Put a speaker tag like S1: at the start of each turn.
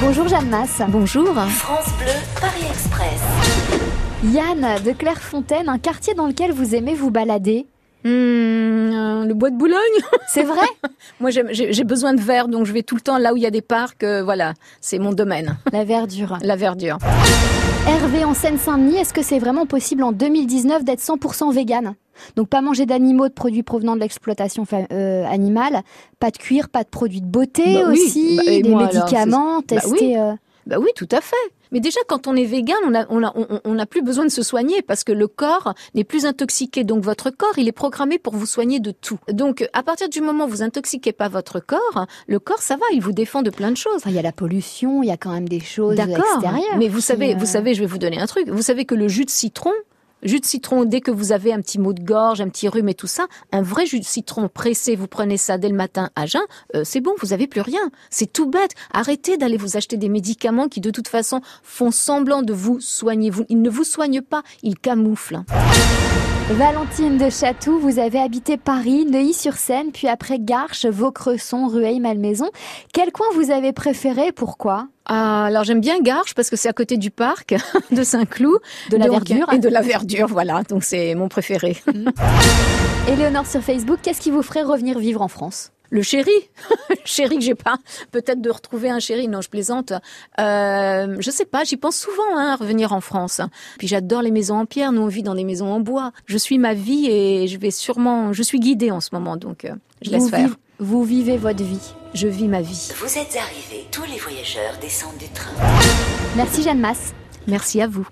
S1: Bonjour Jeanne Masse.
S2: Bonjour.
S3: France Bleu, Paris Express.
S1: Yann de Clairefontaine, un quartier dans lequel vous aimez vous balader.
S2: Mmh, euh, le bois de Boulogne.
S1: C'est vrai
S2: Moi, j'aime- j'ai j'ai besoin de verre, donc je vais tout le temps là où il y a des parcs. euh, voilà, c'est mon domaine,
S1: La verdure.
S2: la verdure.
S1: Hervé en Seine-Saint-Denis, est-ce que c'est vraiment possible en 2019 d'être 100% vegan Donc pas manger d'animaux, de produits provenant de l'exploitation fa- euh, animale, pas de cuir, pas de produits de beauté
S2: Bah oui,
S1: aussi,
S2: bah et
S1: des
S2: moi alors,
S1: médicaments
S2: c'est- bah oui.
S1: testés. euh,
S2: Bah oui, tout à fait. Mais déjà, quand on est vegan, on n'a on a, on, on a plus besoin de se soigner parce que le corps n'est plus intoxiqué. Donc votre corps, il est programmé pour vous soigner de tout. Donc à partir du moment où vous intoxiquez pas votre corps, le corps, ça va, il vous défend de plein de choses.
S1: enfin, il y a la pollution, il y a quand même des choses
S2: D'accord.
S1: extérieures.
S2: Mais vous
S1: qui,
S2: savez,
S1: euh,
S2: vous savez, je vais vous donner un truc. Vous savez que le jus de citron, jus de citron, dès que vous avez un petit mot de gorge, un petit rhume et tout ça, un vrai jus de citron pressé, vous prenez ça dès le matin à jeun, euh, c'est bon, vous avez plus rien. C'est tout bête. Arrêtez d'aller vous acheter des médicaments qui de toute façon font semblant de vous soigner. Vous, ils ne vous soignent pas, ils camouflent.
S1: Valentine de Chatou, vous avez habité Paris, Neuilly-sur-Seine, puis après Garches, Vaucresson, Rueil-Malmaison. Quel coin vous avez préféré Pourquoi
S2: Ah, alors j'aime bien Garches parce que c'est à côté du parc de Saint-Cloud,
S1: De la
S2: Donc, euh,
S1: verdure.
S2: et de la verdure, voilà. Donc c'est mon préféré.
S1: Éléonore sur Facebook, qu'est-ce qui vous ferait revenir vivre en France
S2: Le chéri, le chéri que j'ai pas, peut-être de retrouver un chéri. Non, je plaisante. Euh, je sais pas, j'y pense souvent hein, à revenir en France. Puis j'adore les maisons en pierre. Nous on vit dans des maisons en bois. Je suis ma vie et je vais sûrement. Je suis guidée en ce moment, donc euh, je laisse
S1: vous
S2: faire.
S1: vive- vous vivez votre vie.
S2: Je vis ma vie.
S3: Vous êtes arrivés. Tous les voyageurs descendent du train.
S1: Merci Jeanne Masse.
S2: Merci à vous.